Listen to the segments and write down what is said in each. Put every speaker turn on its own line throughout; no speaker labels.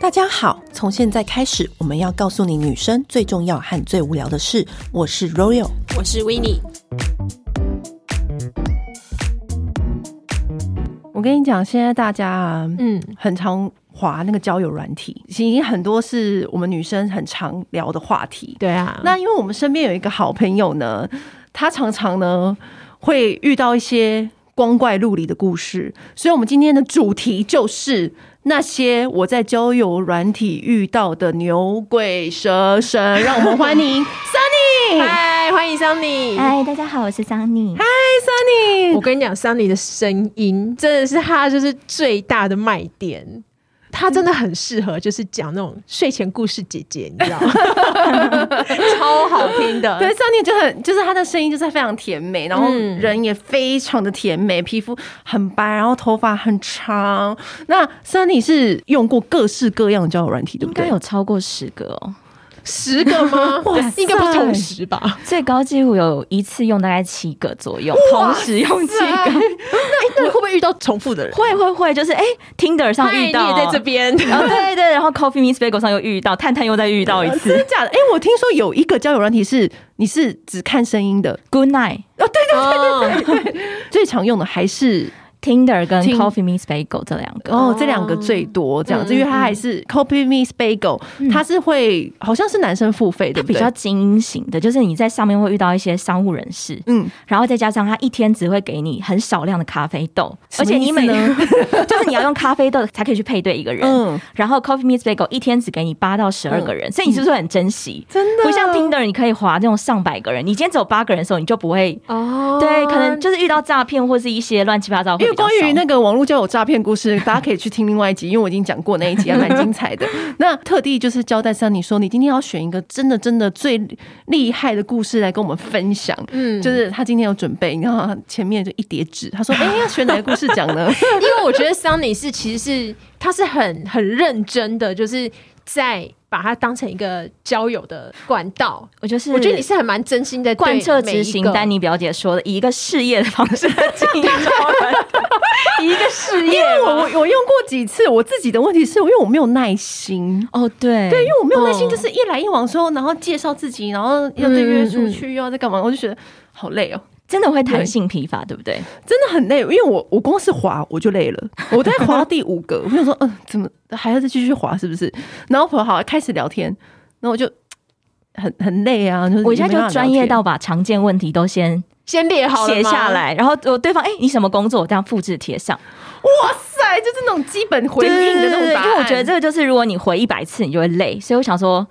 大家好，从现在开始，我们要告诉你女生最重要和最无聊的事。我是 Royal，
我是 w i n n i e
我跟你讲，现在大家啊，
嗯，
很常滑那个交友软体，已经很多是我们女生很常聊的话题。
对啊，
那因为我们身边有一个好朋友呢，他常常呢会遇到一些光怪陆离的故事，所以我们今天的主题就是那些我在交友软体遇到的牛鬼蛇神。让我们欢迎 Sunny，嗨
嗨，欢迎 Sunny。
嗨，大家好，我是桑尼。
我
Sunny，
跟你讲，Sunny 的声音真的是她就是最大的卖点。她真的很适合，就是讲那种睡前故事姐姐，你知 道吗？超好听的，
对 Sunny 就很就是她的声音就是非常甜美，然后
嗯
人也非常的甜美，皮肤很白，然后头发很长。那 Sunny 是用过各式各样的交友软体，对
应
不对？
该有超过十个哦，
十个吗？
哇
应该不是
塞
同时吧？
最高纪录有一次用大概七个左右，同时用七
那
个，
那会不会遇到重复的人？
会会会，就是哎、t i n d e r 上
嗨
遇
你
到，
也在这， 边，
然后对对，然后 Coffee Miss Bagel 上又遇到，探探又再遇到一
真
呃
次
的假的？哎、我听说有一个交友软体是你是只看声音的，
，Good Night。
对
最常用的还是
Tinder 跟
听
Coffee Miss Bagel 这两个，
哦这两个最多这
嗯
样子，因为它还是 Copy Miss Bagel，它是会好像是男生付费，对
它
不
嗯比
对？
较精英型的，就是你在上面会遇到一些商务人士，
嗯，
然后再加上它一天只会给你很少量的咖啡豆，而且你
什么
每
意思呢
就是你要用咖啡豆才可以去配对一个人，
嗯
然后 Coffee Meets Bagel 一天只给你八到十二个人，所以你是不是很珍惜？
嗯真的
不像 Tinder 你可以划那种上百个人，你今天只有八个人的时候，你就不会。
哦
对，可能就是遇到诈骗或是一些乱七八糟会
因为
比较少。
关于那个网络交友诈骗故事， 大家可以去听另外一集，因为我已经讲过那一集，还蛮精彩 的。那特地就是交代上你说，你今天要选一个真的真的最厉害的故事来跟我们分享。
嗯
就是他今天有准备，你看他前面就一叠纸，他 说：“哎、要选哪个故事讲呢？”
因为我觉得 Sunny 是其实是他是很很认真的，就是在把它当成一个交友的管道。
我就是，
我觉得你是很蛮真心的
贯彻执行丹尼表姐说的，以一个事业的方式来经营招 人，以一个事业
因为我我
嘛。
我用过几次，我自己的问题是因为我没有耐心。
哦，对，
对，因为我没有耐心，
哦
嗯
就是一来一往说，然后介绍自己，然后又对约出
嗯
去，又要在干嘛，我就觉得好累哦，
真的会弹性疲乏，对不对？
真的很累。因为我我光是滑我就累 了，我在滑到第五个，我想说，嗯、怎么还要再继续滑，是不是？然后好开始聊天，然后我就很很累啊，就是
我现在
也没办
就
法
专业
聊天
到把常见问题都先
先列好了
写
吗
下。来，然后我对方哎、你什么工作？我这样复制贴上，
哇塞，就是那种基本回应的那种答案。
因为我觉得这个就是，如果你回一百次，你就会累，所以我想说。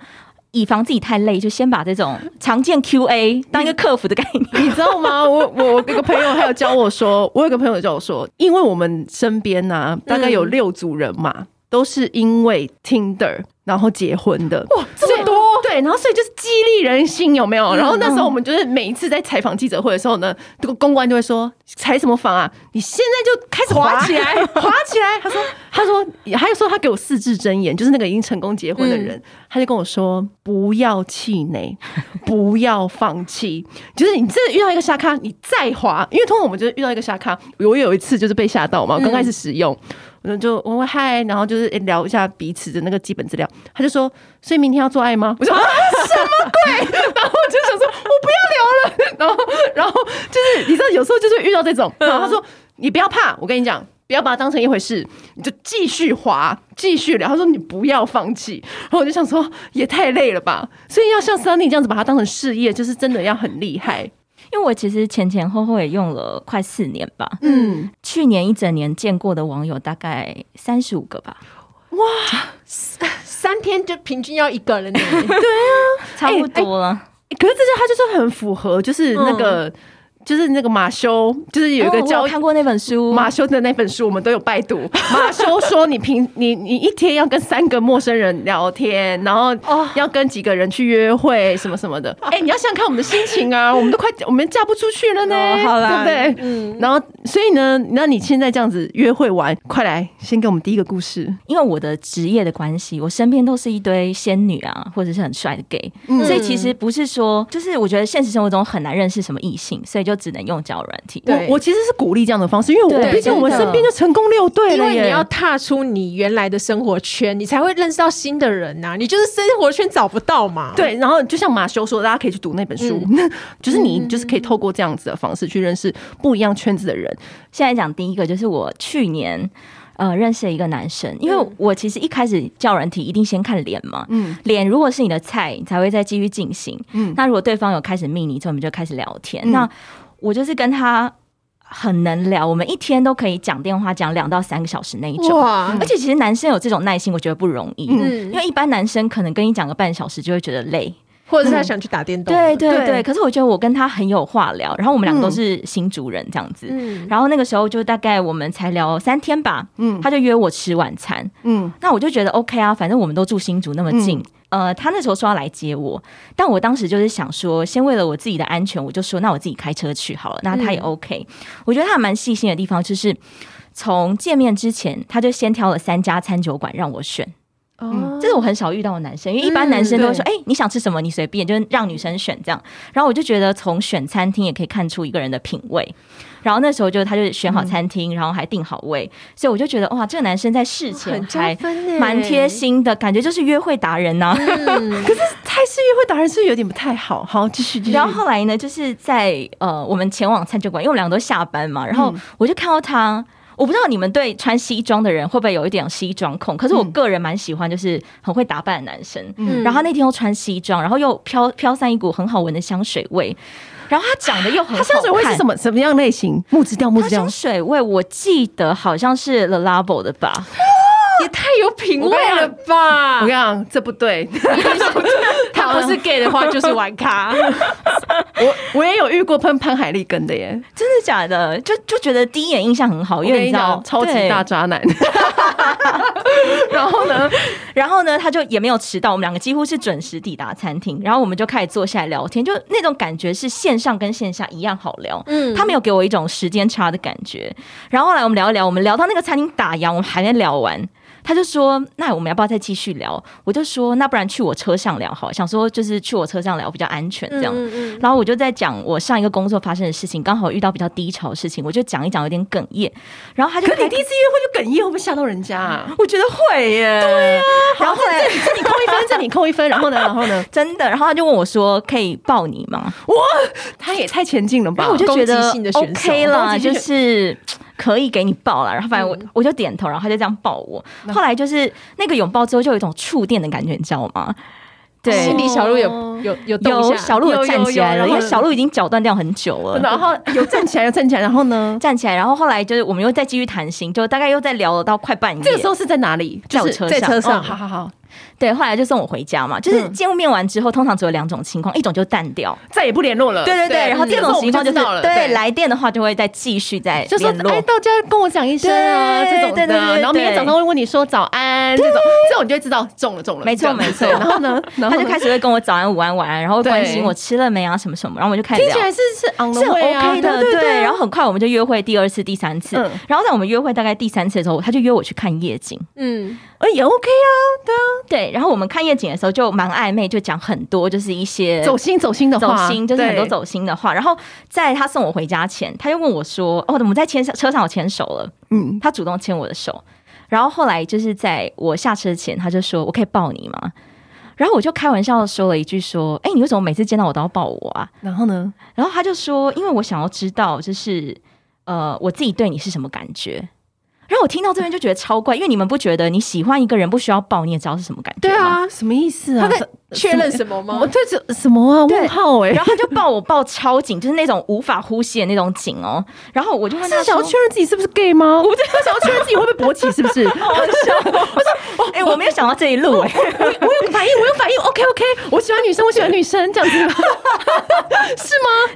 以防自己太累，就先把这种常 见 QA 当一个客服的概念。
你知道吗？我我我有个朋友还有教我说，我有个朋友教我说，因为我们身边呐、大概
嗯
有六组人嘛，都是因为 Tinder 然后结婚的。
哇，这么多！嗯
对，然后所以就是激励人心，有没有？然后那时候我们就是每一次在采访记者会的时候呢，这个公关就会说采什么访啊？你现在就开始滑
滑起来
滑起来。他说，他说，还有说他给我四字真言，就是那个已经成功结婚的
嗯
人，他就跟我说不要气馁，不要放弃。就是你真的遇到一个下咖，你再滑，因为通常我们就是遇到一个下咖，我有一次就是被吓到嘛，我刚开始使用。我就我会嗨，然后就是诶聊一下彼此的那个基本资料。他就说，所以明天要做爱吗？我说、啊、什么鬼？ 然后我就想说，我不要聊了。然后，然后就是你知道，有时候就是会遇到这种，然后他
嗯
说你不要怕，我跟你讲。不要把它当成一回事，你就继续滑，继续聊。他说你不要放弃，然后我就想说也太累了吧，所以要像 Sunny 这样子把它当成事业，就是真的要很厉害。
因为我其实前前后后也用了快四年吧，
嗯，
去年一整年见过的网友大概三十五个吧，
三天就平均要一个人呢。
差不多了。
可是这些他就是很符合，就是那个，就是那个马修，就是哎有一个
嗯哦我
交易
看过那本书，
马修的那本书我们都有拜读。马修说你平你你一天要跟三个陌生人聊天，然后
哦
要跟几个人去约会什么什么的。哎、你要想想看我们的心情啊，我们都快我们嫁不出去了呢，
哦好啦
对不对？
嗯，
然后所以呢，那你现在这样子约会完，快来先给我们第一个故事。
因为我的职业的关系，我身边都是一堆仙女啊，或者是很帅的 gay，、
嗯
所以其实不是说，就是我觉得现实生活中很难认识什么异性，所以就就只能用交友软体。
对
我我其实是鼓励这样的方式，因为我
对
毕竟我们
真的
身边就成功六对
因
了
为
耶。
你要踏出你原来的生活圈，你才会认识到新的人呐、你就是生活圈找不到嘛。，
对，然后就像马修说，大家可以去读那本书， 就是你就是可以透过这样子的方式去认识不一样圈子的人。
现在讲第一个就是我去年呃认识了一个男生，因为我其实一开始叫人体一定先看脸嘛，
嗯
嗯，脸如果是你的菜，你才会再继续进行，
嗯
嗯，那如果对方有开始密你之后，我们就开始聊天。
嗯
那我就是跟他很能聊，我们一天都可以讲电话讲两到三个小时那一种，
哇，
而且其实男生有这种耐心，我觉得不容易，
嗯
因为一般男生可能跟你讲个半小时就会觉得累，
或者是他想去打电动，
对对
对
对，可是我觉得我跟他很有话聊，然后我们两个都是新竹人这样子。
嗯
然后那个时候就大概我们才聊三天吧，
嗯
他就约我吃晚餐，
嗯，
那我就觉得 OK 啊，反正我们都住新竹那么近，
嗯
呃，他那时候说要来接我，但我当时就是想说，先为了我自己的安全，我就说那我自己开车去好了，那他也
嗯
OK，、我觉得他还蛮细心的地方就是。从见面之前，他就先挑了三家餐酒馆让我选，
哦
这是我很少遇到的男生，因为一般
嗯
男生都会说：“哎、
对
你想吃什么，你随便，就是让女生选这样。”然后我就觉得从选餐厅也可以看出一个人的品味。然后那时候就他就选
嗯
好餐厅，然后还定好位，所以我就觉得哇，这个男生在事前
很加
还
分呢，
蛮贴。心的，感觉就是约会达人啊呐、
嗯，
太是约会达人是不是有点不太好？好，继续继续
然。后后来呢，就是在呃，我们前往餐酒馆，因为我们两个都下班嘛，然后
嗯
我就看到他。我不知道你们对穿西装的人会不会有一点西装控，可是我
嗯
个人蛮喜欢，就是很会打扮的男生。
嗯
然后他那天又穿西装，然后又飘飘散一股很好闻的香水味，然后他长得又很好
他香水味是
看
什么什么样类型？木质调，木
他
质调
香。水味我记得好像是 The Labo 的吧？
也太有品味了吧！
我跟你讲，这不对。
他不是 gay 的话，就是玩咖。
我我也有遇过喷潘海利根的耶，
真的假的？就就觉得第一眼印象很好，
我
因
跟
为
你
知道
讲，超级
对
大渣男。然后呢，
然后呢，他就也没有迟到，我们两个几乎是准时抵达餐厅，然后我们就开始坐下来聊天，就那种感觉是线上跟线下一样好聊。
嗯
他没有给我一种时间差的感觉。然后后来我们聊一聊，我们聊到那个餐厅打烊，我们还没聊完。他就说：“那我们要不要再继续聊？”我就说：“那不然去我车上聊好了，想说就是去我车上聊比较安全这样。
嗯嗯
然后我就在讲我上一个工作发生的事情，刚好遇到比较低潮的事情，我就讲一讲有点哽咽。然后他就
可
开
你第一次约会就哽咽，会不会吓到人家啊？
我觉得会耶，对呀、啊然后后来
这你扣一分，这你扣一分。然后呢，然后呢，
真的，然后他就问我说：“可以抱你吗
他也太前进了？”吧？
然后我就觉
攻击
得
性的选手
OK
攻
啦，
击性
就
选
是可以给你抱了。然后反正我我就点头，然后他就这样抱我。后来就是那个拥抱之后，就有一种触电的感觉，你知道吗？对
心，里小鹿有有哦有动一
有
下
小鹿有
有
站起来
有有
了，因为
然后
小鹿已经绞断掉很久了。
然后有站起来，有站起来，然后呢？
站起来，然后后来就是我们又再继续谈心，就大概又再聊到快半夜。
这个时候是在哪里？
在我
就是
车
在
上
车上。
嗯
好好好，
对，后来就送我回家嘛。就是
嗯
见面完之后，通常只有两种情况，一种就淡掉，
再也不联络了。
对对对，然后第二种情况就是
这个时候我们就知道了
对
对
来电的话就会再继续再
就说
联络
哎，。到家跟我讲一声啊，
对
这种
对
的
对对，对
然后明天早上会问你说早安，这种这种你就会知道中了中了，
没错
这样
没错
对 然后呢，然
他
后
就开
始
始会跟我早安、午安、晚安，然后会
对
关心我吃了没啊，什么什么，然后我们就开始
听起
聊
来。是是 on
是
the
很
way 啊
OK 的，
对对。
然后很快我们就约会第二次、第三次
嗯，
然后在我们约会大概第三次的时候，他就约我去看夜景。
嗯，
哎也 OK 啊，
对，然后我们看夜景的时候就蛮暧昧，就讲很多，就是一些
走心走心的
走
话，
心，就是很多
对。
走心的话。然后在他送我回家前，他就问我说：“哦，我们在牵上车上有牵手了。”
嗯，
他主动牵我的手。然后后来就是在我下车前，他就说：“我可以抱你吗？”然后我就开玩笑的说了一句说：“哎、你为什么每次见到我都要抱我啊
然后呢？？”
然后他就说：“因为我想要知道，就是呃，我自己对你是什么感
啊
觉。”然后我听到这边就觉得超怪，因为你们不觉得你喜欢一个人不需要抱你也知道是什么感觉
对
吗？
啊，
什么意思啊？
他在确认什么吗
我？对这什么啊？
对
问号哎，
然后他就抱我抱超紧，就是那种无法呼吸的那种紧哦。然后我就问他
是想要
说
确认自己是不是 gay 吗？我不知道，想要确认自己会不会勃起，是不 是？：“
哎、我没有想到这一路 哎、
我有反应，我有反应，OK OK，我喜欢女生，我喜欢女生，这样子 吗？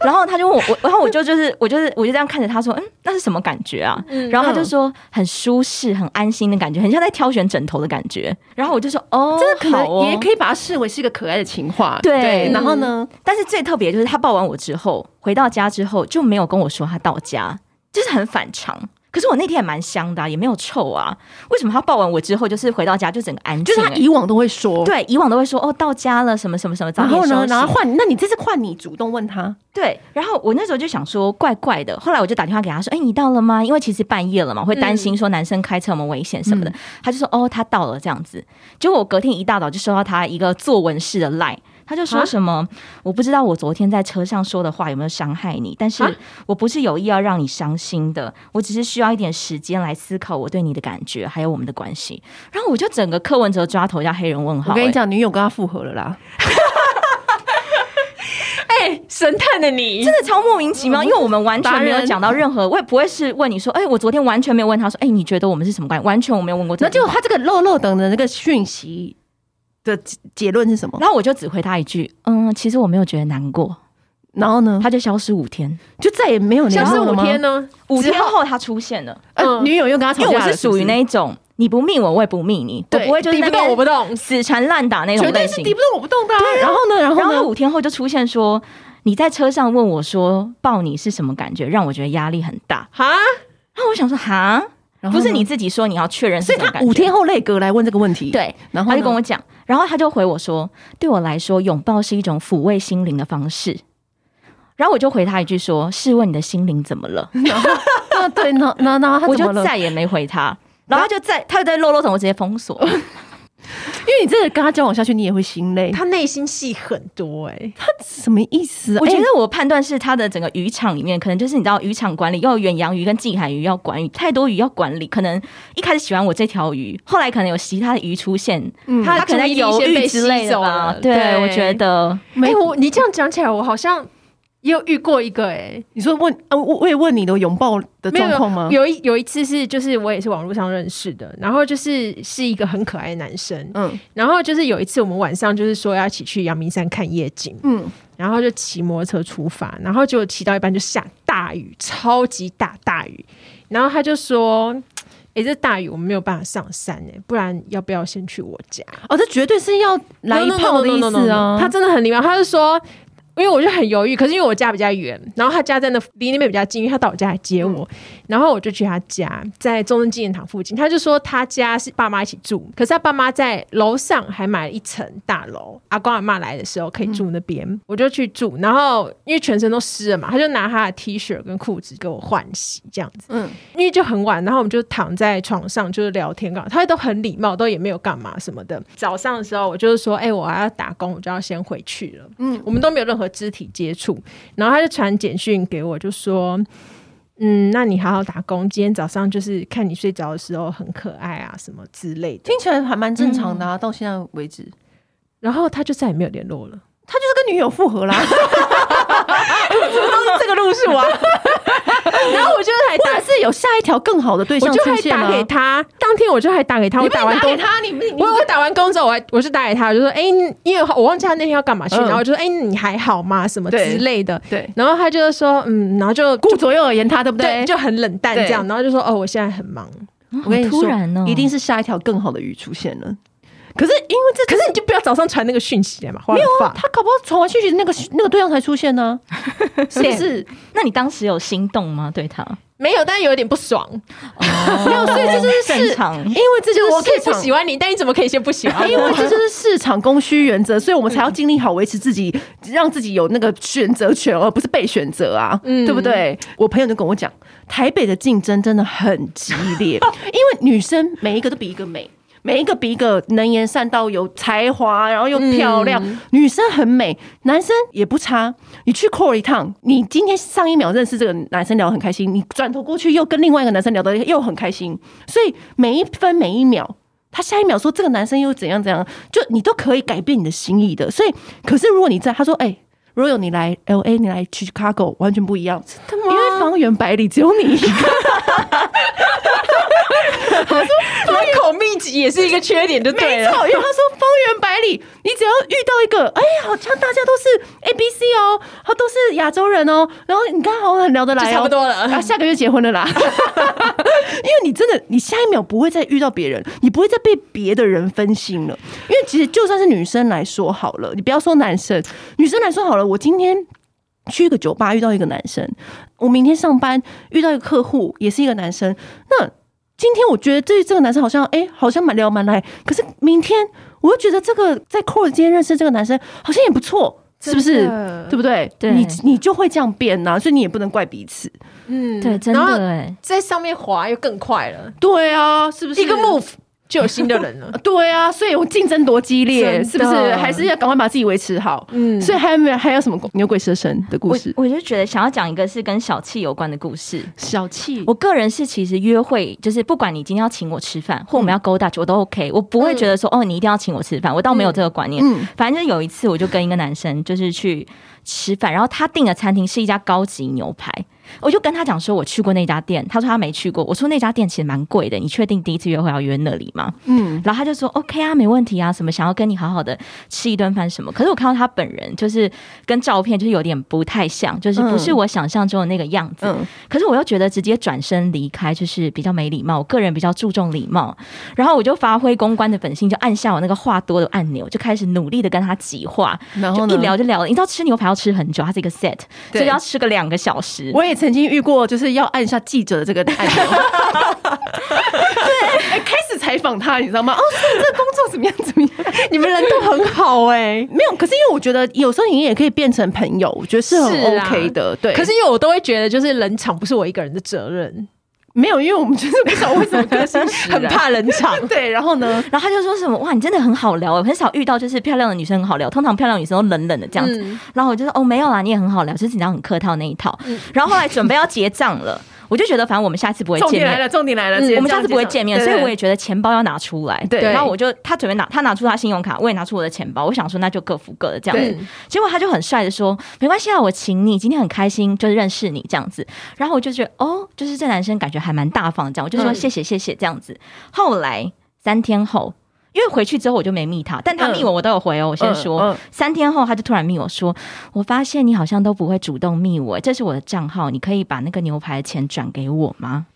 然后他就问我，我然后我就就是我就是我就这样看着他说，嗯，那是什么感觉啊？
嗯
然后他就说很舒适、很安心的感觉，很像在挑选枕头的感觉。然后我就说，哦，
这可
好哦
能也可以把它视为是一个可爱的情话。
对
然后呢？
但是最特别就是他抱完我之后，回到家之后就没有跟我说他到家，就是很反常。可可是我那天也蛮香的、啊，也没有臭啊。为什么他抱完我之后，就是回到家就整个安
就
静、
是他
欸
以往都会说，，
对，以往都会说哦，到家了，什么什么什么，早
然
点
后
休
呢，
息。
然后换，那你这次换你主动问他，
对，然后我那时候就想说怪怪的，后来我就打电话给他说：“哎、你到了吗？”因为其实半夜了嘛，我会担
嗯
心说男生开车有没有危险什么的。他就说：“哦，他到了。”这样子，结果我隔天一大早就收到他一个作文式的 line。他就
啊
说什么，我不知道我昨天在车上说的话有没有伤害你，但是
啊
我不是有意要让你伤心的，我只是需要一点时间来思考我对你的感觉，还有我们的关系。然后我就整个柯文哲抓头加黑人问号、
我跟
哎
你讲，女友跟他复合了啦，
哎，神探的你，
真的超莫名其妙，因为我嗯们完全没
达
有
人
讲到任何，我也不会是问你说，哎、我昨天完全没有问他说，哎、你觉得我们是什么关系？完全我没有问过这
那
个问
就
题。
他这个漏漏等的那个讯息的结结论是什么？
然后我就只回他一句，嗯，其实我没有觉得难过，
然后呢，
他就消失五天，
就再也没有
像
联
是
络了
五
吗？
天呢，哦
五天后他出现了，
呃，
嗯
女友又跟他吵
因为
架
我
了，
是属于
不
那一种你不密我，我也不密你，我
对
不会就是
你
那
不动我
边
不动，
死缠烂打那
绝
种类
对是
型
敌。不动我不动的啊。然后呢，然
然
后
后他
呢，
五天后就出现说，你在车上问我说抱你是什么感觉，让我觉得压力很大。
哈，
然后我想说，哈，
然后呢
不是你，自己说你要确认是
所以
什么
他
感觉，
五天后内格来问这个问题，，
对。
然后
他
呢
就跟我讲，然后他就回我说：“对我来说，拥抱是一种抚慰心灵的方式。”然后我就回他一句说：“试问你的心灵怎么了
然后那对，那那那？”他
我
怎
就
么了？
再也没回他。然后他就再，他就在漏漏 等我直接封锁。
因为你这个跟他交往下去，你也会心累。
他内心戏很多哎，
什么意思啊？
我觉
哎
得我判断是他的整个渔场里面，可能就是你知道渔场管理要有远洋鱼跟近海鱼要管理，太多鱼要管理。可能一开始喜欢我这条鱼，后来可能有其他的鱼出现，
嗯
他可能在犹豫之类的吧。
注意力先被吸走了
对，
对
我觉得
没
哎，我你这样讲起来，我好像也有遇过一个哎，
你说问啊，我我也问你的拥抱的
没有
状况吗？
有一有一次是就是我也是网络上认识的，然后就是是一个很可爱的男生，
嗯
然后就是有一次我们晚上就是说要一起去阳明山看夜景，
嗯，
然后就骑摩托车出发，然后就骑到一半就下大雨，超级大大雨，然后他就说。诶，这大雨我们没有办法上山诶，不然要不要先去我家？
哦，这绝对是要来一炮的意
No, no, no, no, no,
思
no, no.
啊！
他真的很礼貌，他就说，因为我就很犹豫，可是因为我家比较远，然后他家在那离那边比较近，因为他到我家来接我，然后我就去他家，在中正纪念堂附近。他就说他家是爸妈一起住，可是他爸妈在楼上还买了一层大楼，阿公阿妈来的时候可以住那边，我就去住。然后因为全身都湿了嘛，他就拿他的 T 恤跟裤子给我换洗，这样子。
嗯，
因为就很晚，然后我们就躺在床上就是聊天干嘛，他都很礼貌，都也没有干嘛什么的。早上的时候，我就是说，哎、我还要打工，我就要先回去了。嗯，我们都没有任何肢体接触，然后他就传简讯给我，就说。嗯，那你好好打工。今天早上就是看你睡着的时候很可爱啊，什么之类的。
听起来还蛮正常的啊，到现在为止，
然后他就再也没有联络了。
他就是跟女友复 合啦。哎
这个 路数啊， 然后我就还
或
打
者，是有下一条更好的对
我
象
就
出
还
现
打
啊
给他。当天我就还打给他，
你
我
不能
完
打
工
给他，你你
我我打完工之后，我还我就打给他，我就说，哎、你因为我忘记他那天要干嘛去，
嗯
然后我就说，哎、你还好吗？什么
对
之类的。
对
然后他就说，嗯，然后就
顾左右而言他，对不
对，
对？
就很冷淡
对
这样，然后就说，哦，我现在很忙。
我跟你说
好突然哦，
一定是下一条更好的鱼出现了。可是因为这
可是你就不要早上传那个讯息来嘛，没
没有啊，他搞不好传完讯息，那个那个对象才出现 呢、是不是？
那你当时有心动吗？对他？
没有，但是有点不爽，
没有，所以这就是正常。
因为这就是
我可以
市
不
场
喜欢你，但你怎么可以先不喜欢
因为
我？
这就是市场供需原则，所以我们才要尽力好维持自己，让自己有那个选择权，而不是被选择啊，
嗯
对不对？我朋友就跟我讲，台北的竞争真的很激烈，因为女生每一个都比一个美。每一个比一个能言善道，有才华，然后又漂亮。女生很美，男生也不差。你去 call 一趟，你今天上一秒认识这个男生聊得很开心，你转头过去又跟另外一个男生聊得又很开心，所以每一分每一秒他下一秒说这个男生又怎样怎样，就你都可以改变你的心意的。所以，可是如果你在他说，哎、如果有你来 L A，你来 Chicago 完全不一样，
真的
因为方圆百里只有你一个。
人口密集也是一个缺点，就对
没
了。
错，因为他说方圆百里，你只要遇到一个，哎、好像大家都是 A B C 哦，他都是亚洲人哦，然后你刚好很聊得来、哦，
就差不多了
啊，下个月结婚了啦。 因为你真的，你下一秒不会再遇到别人，你不会再被别的人分心了。因为其实就算是女生来说好了，你不要说男生，女生来说好了，我今天。去一个酒吧遇到一个男生，我明天上班遇到一个客户也是一个男生，那今天我觉得这这个男生好像哎、好像蛮聊蛮来，可是明天我又觉得这个在 c o r 今天认识这个男生好像也不错，是不
真
是？
的
对不对？
对
你你就会这样变呐、所以你也不能怪彼此。
嗯
对，真
然后
的哎，
在上面滑又更快了，
对啊，是不是
一个 move 就有新的人 了。
对啊，所以我竞争多激烈，
真的
是不是？还是要赶快把自己维持好。
嗯
所以还有没有还有什么牛鬼蛇神的故
我
事？
我就觉得想要讲一个是跟小气有关的故事。
小气，
我个人是其实约会，就是不管你今天要请我吃饭，或我
嗯
们要勾搭去，我都 OK，我不会觉得说、哦你一定要请我吃饭，我倒没有这个观念。
嗯
反正有一次我就跟一个男生就是去吃饭，然后他订的餐厅是一家高级牛排。我就跟他讲说，我去过那家店，他说他没去过。我说那家店其实蛮贵的，你确定第一次约会要约那里吗？
嗯，
然后他就说 OK 啊，没问题啊，什么想要跟你好好的吃一顿饭什么。可是我看到他本人就是跟照片就是有点不太像，就是不是我想象中的那个样子。
嗯
可是我又觉得直接转身离开就是比较没礼貌，我个人比较注重礼貌。然后我就发挥公关的本性，就按下我那个话多的按钮，就开始努力的跟他挤话，
然后呢
就一聊就聊了。你知道吃牛排要吃很久，它是一个 set，
对
所以要吃个两个小时。
我也曾经遇过，就是要按下记者的这个按钮。对，哎开始采访他，你知道吗？哦，所以这个工作怎么样？怎么样？
你们人都很好哎、
没有，可是因为我觉得有时候你也可以变成朋友，我觉得是很
是啊
OK 的。对，
可是因为我都会觉得，就是冷场不是我一个人的责任，
没有，因为我们就是不知道为什 么个性使然
很怕冷场。
对，然后呢？
然后他就说什么哇，你真的很好聊，我很少遇到就是漂亮的女生很好聊，通常漂亮的女生都冷冷的这样子。
嗯
然后我就说哦没有啦，你也很好聊，就是你要很客套那一套。
嗯
然后后来准备要结账了，我就觉得反正我们下次不会
重
见
点来
面。
了，重点来了，
嗯
直接
我们
这样
下次不会见面，
介绍
所以我
对
也觉得钱包要拿出来。
对
然后我就他准备拿，他拿出他信用卡，我也拿出我的钱包。我想说那就各付各的这样子
对。
结果他就很帅的说：“没关系啊，我请你，今天很开心，就是认识你这样子。”然后我就觉得哦，就是这男生感觉还蛮大方这样，我就说
嗯
谢谢谢谢这样子。后来三天后，因为回去之后我就没密他，但他密我我都有回哦。我先说，
嗯嗯嗯
三天后他就突然密我说：“我发现你好像都不会主动密我，这是我的账号，你可以把那个牛排的钱转给我吗？”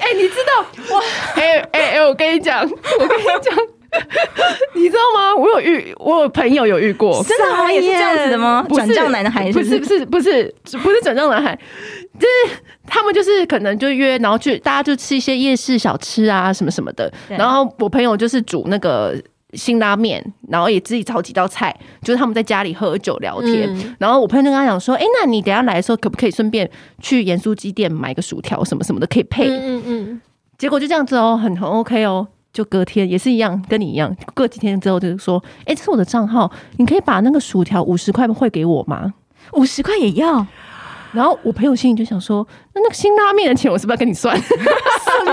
哎、你知 道我？哎哎哎，我跟你讲，我跟你讲， 你知道吗？我有遇，我有朋友有遇过，
真的吗？也是这样子的吗？
不是
转账男孩
不
是
是不是不是不是转账男孩，就是他们就是可能就约，然后去大家就吃一些夜市小吃啊什么什么的，
对
然后我朋友就是煮那个。辛拉面，然后也自己炒几道菜，就是他们在家里喝酒聊天。
嗯
然后我朋友就跟他讲说：“哎、那你等一下来的时候，可不可以顺便去盐酥鸡店买个薯条什么什么的，可以配？”
嗯嗯
结果就这样子哦，很很 OK 哦。就隔天也是一样，跟你一样，过几天之后就说：“哎、这是我的账号，你可以把那个薯条五十块汇给我吗
五十块也要？”
然后我朋友心里就想说：“那那个辛拉面的钱，我是不是要跟你算？”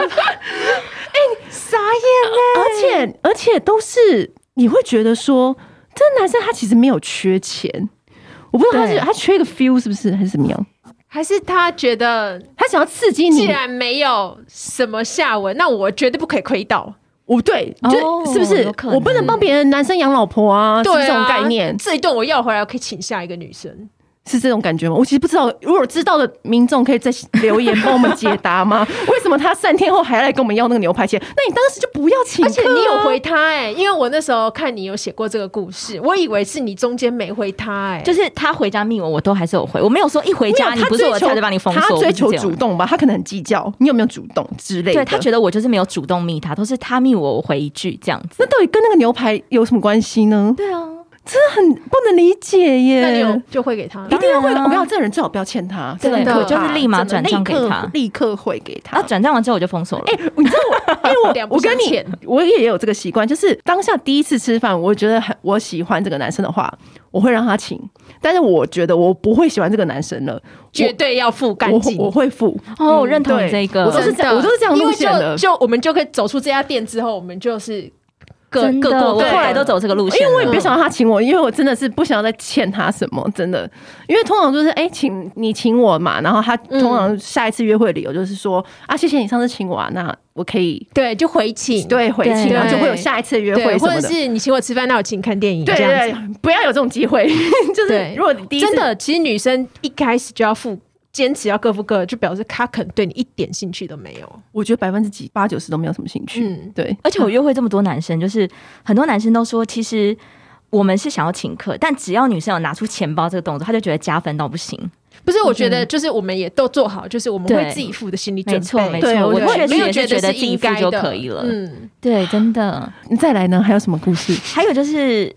哎傻眼
而且而且都是你会觉得说，这男生他其实没有缺钱，我不知道他是
对
他缺一个 feel 是不是还是怎么样？
嗯，还是他觉得
他想要刺激
既
你，
然没有什么下文，那我绝对不可以亏到。
我对，
哦
就是不是
有可能
我不能帮别人男生养老婆啊，是不
对、
是
啊，
这种概念
这一顿我要回来，我可以请下一个女生。
是这种感觉吗？我其实不知道，如果知道的民众可以在留言帮我们解答 吗？为什么他三天后还要来跟我们要那个牛排钱？那你当时就不要请客
而
啊、
且你有回他哎、因为我那时候看你有写过这个故事，我以为是你中间没回他哎、
就是他回家密我，我都还是有回，我没有说一回
没有
家你
他
不是
追
我的
求
菜就把你封锁，
他
我不
追
是
求
这样
主动吧，他可能很计较，你有没有主动之类的。
对他觉得我就是没有主动密他，都是他密我，我回一句这样子。
那到底跟那个牛排有什么关系呢？
对啊，
很不能理解耶。
那你有就会给他了
一定要会，
当然啊
我跟你讲，这个人最好不要欠他，
对
真的
就是
立马转账给
真的
他
立刻立刻汇给他
啊，。转账完之后我就封锁了。哎，
你知道我，哎、
两
我
不
我
相
跟你
欠，
我也有这个习惯，就是当下第一次吃饭，我觉得很我喜欢这个男生的话，我会让他请，但是我觉得我不会喜欢这个男生了，
绝对要付干
我
净。
我会付。
哦，我认同
嗯对
你这
我都
个。
是这样我都是这样路线的
因为就就我们就可以走出这家店之后，我们就是各
真
各
的，
过
我
各
对
的
后来都走这个路线
因
了，
为我也不想让他请我，因为我真的是不想要再欠他什么，真的。因为通常就是哎、请你请我嘛，然后他通常下一次约会理由就是说、啊，谢谢你上次请我、啊，那我可以
对，就回请
对回请，
对
然后就会有下一次约
对，
会什
或
么
者
的。
是你请我吃饭，那我请你看电影
对
这样子。
对，对不要有这种机会。 就是
对
如果你第一次
真的，其实女生一开始就要付，坚持要各付各的，就表示她可能对你一点兴趣都没有。
我觉得百分之几八九十都没有什么兴趣。
嗯
啊
对，
而且我约会这么多男生，就是很多男生都说，其实我们是想要请客，但只要女生有拿出钱包这个动作，他就觉得加分到不行。
不是，我觉得就是我们也都做好，就是我们
对
会自己付的心理
没
准
错，
备。
没错
对，
我
我
确实
没有
也
觉得
是觉
是
得自己
应
付
该
就
的
可以了。
嗯，
对，真的。
再来呢，还有什么故事？
还有就是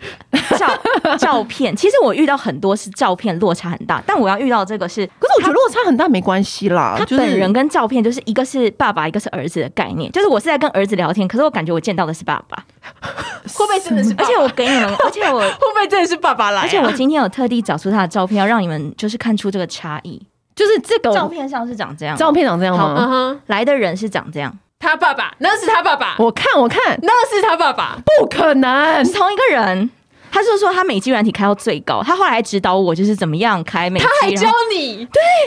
照照片，其实我遇到很多是照片落差很大，但我要遇到这个是
可是我觉得落差很大没关系啦，
他
啊就是
本人跟照片，就是一个是爸爸，一个是儿子的概念。就是我是在跟儿子聊天，可是我感觉我见到的是爸爸，
会不会真的是爸
而
爸？
且我给你们，而且我
会不会真的是爸爸来啊？
而且我今天有特地找出他的照片，要让你们就是看出这个差异。
就是这个
照片上是长这样，
照片长这样
嗯
吗？
哼，
来的人是长这样，
他爸爸，那是他爸爸，
我看我看，
那是他爸爸。
不可能
是，同一个人。他就说他美肌软体开到最高，他后来还指导我就是怎么样开美肌，
他还教
然后
你，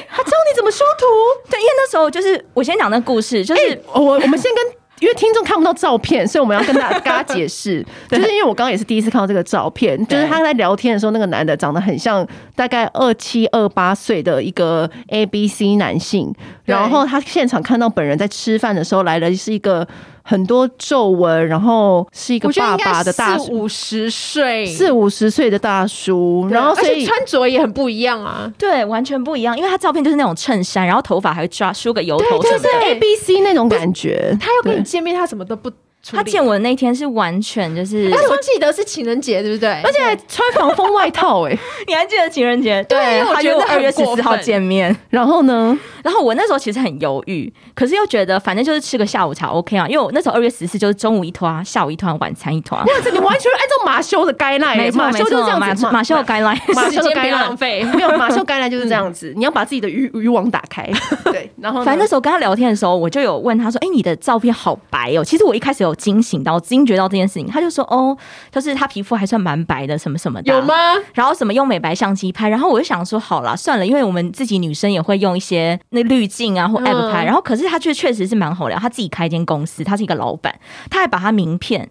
他教你怎么修图。
对，因为那时候就是我先讲那故事，就是、
哎，我我们先跟。因为听众看不到照片，所以我们要跟大大家解释，就是因为我刚刚也是第一次看到这个照片，就是他在聊天的时候，那个男的长得很像大概二七二八岁的一个 A B C 男性，
对
然后他现场看到本人在吃饭的时候来了是一个很多皱纹，然后是一个
我觉得
爸
应该
爸的大
四五十岁，
四五十岁的大叔，
对啊
然后
而
所
且
以
穿着也很不一样啊。
对完全不一样，因为他照片就是那种衬衫，然后头发还会抓梳个油头什
就
么
是
的。
A B C 那种感觉，
他要跟你
对
见面，他什么都不处理。
他见我的那天是完全就是，
而且我记得是情人节，对不对？
而且还穿防风外套哎、
你还记得情人节？
对我
他
觉
约
得
我
很
二月十
过
四号
分
见面。
然后呢，
然后我那时候其实很犹豫，可是又觉得反正就是吃个下午茶 OK 啊，因为我那时候二月十四就是中午一团，下午一团，晚餐 一团。
哇，这你完全按照马修的该来、
没
欸，
错
马
没
修就是这
错，
样
马
子，
马修的 guideline
马
时
修的
间
该
不要浪
来。
费。
没有，马修该来就是这样
嗯
子，你要把自己的渔渔网打开。 对，然后呢
反正那时候跟他聊天的时候，我就有问他说：“哎、你的照片好白哦。”其实我一开始有惊醒到、惊觉到这件事情，他就说：“哦，就是他皮肤还算蛮白的，什么什么的。”
有？吗？
然后什么用美白相机拍，然后我就想说，好啦，算了，因为我们自己女生也会用一些那滤镜啊或
嗯
app 拍，然后可是他却确实是蛮好聊，他自己开一间公司，他是一个老板，他还把他名片。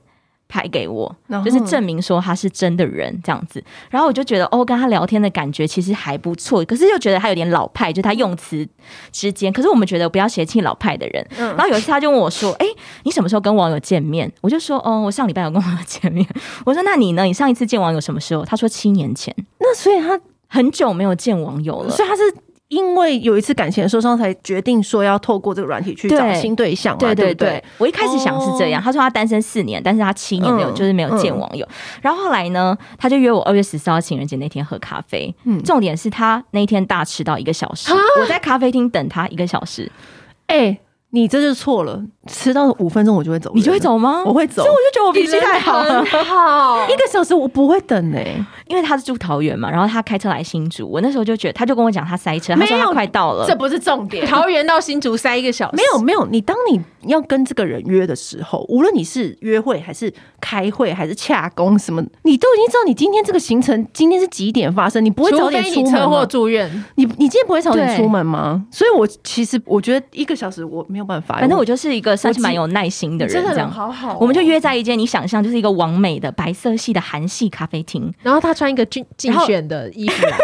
拍给我
然，后
就是证明说他是真的人这样子，然后我就觉得哦，跟他聊天的感觉其实还不错，可是又觉得他有点老派，就他用词之间，可是我们觉得不要嫌弃老派的人。
嗯
然后有一次他就问我说：“哎、你什么时候跟网友见面？”我就说：“哦，我上礼拜有跟网友见面。” 我说：“那你呢？你上一次见网友什么时候？”他说：“七年前，
那所以他，
很久没有见网友了。
所以他是因为有一次感情的受伤，才决定说要透过这个软体去找
对
新对象”嘛，
对
对
对
不对
对，，我一开始想是这样。他说他单身四年，但是他七年没有，
嗯
就是没有见网友。然后后来呢，他就约我二月十四号情人节那天喝咖啡。
嗯啊
重点是他那天大迟到一个小时，我在咖啡厅等他一个小时。
哎、你这就错了，迟到五分钟我就会走人，
你就会走吗？
我会走
所以我就觉 得我脾气太好了。
很好
一个小时，我不会等哎、
因为他是住桃园嘛，然后他开车来新竹，我那时候就觉得，他就跟我讲他塞车，他
没有
说他快到了，
不是重点
桃园到新竹塞一个小时，
没有没有，你当你要跟这个人约的时候，无论你是约会还是开会还是洽公什么，你都已经知道你今天这个行程今天是几点发生，你不会早
除
点
非
出
你
门啊
车祸
吗？
住院。
你你今天不会早点
对
出门吗？所以我其实我觉得一个小时我没有办法，
反正我就是一个算是蛮有耐心的
你
人，这
人
样。
好好哦
我们就，约在一间你想象就是一个完美的白色系的韩系咖啡 厅，
然后他穿一个竞竞
然后
选的衣服来，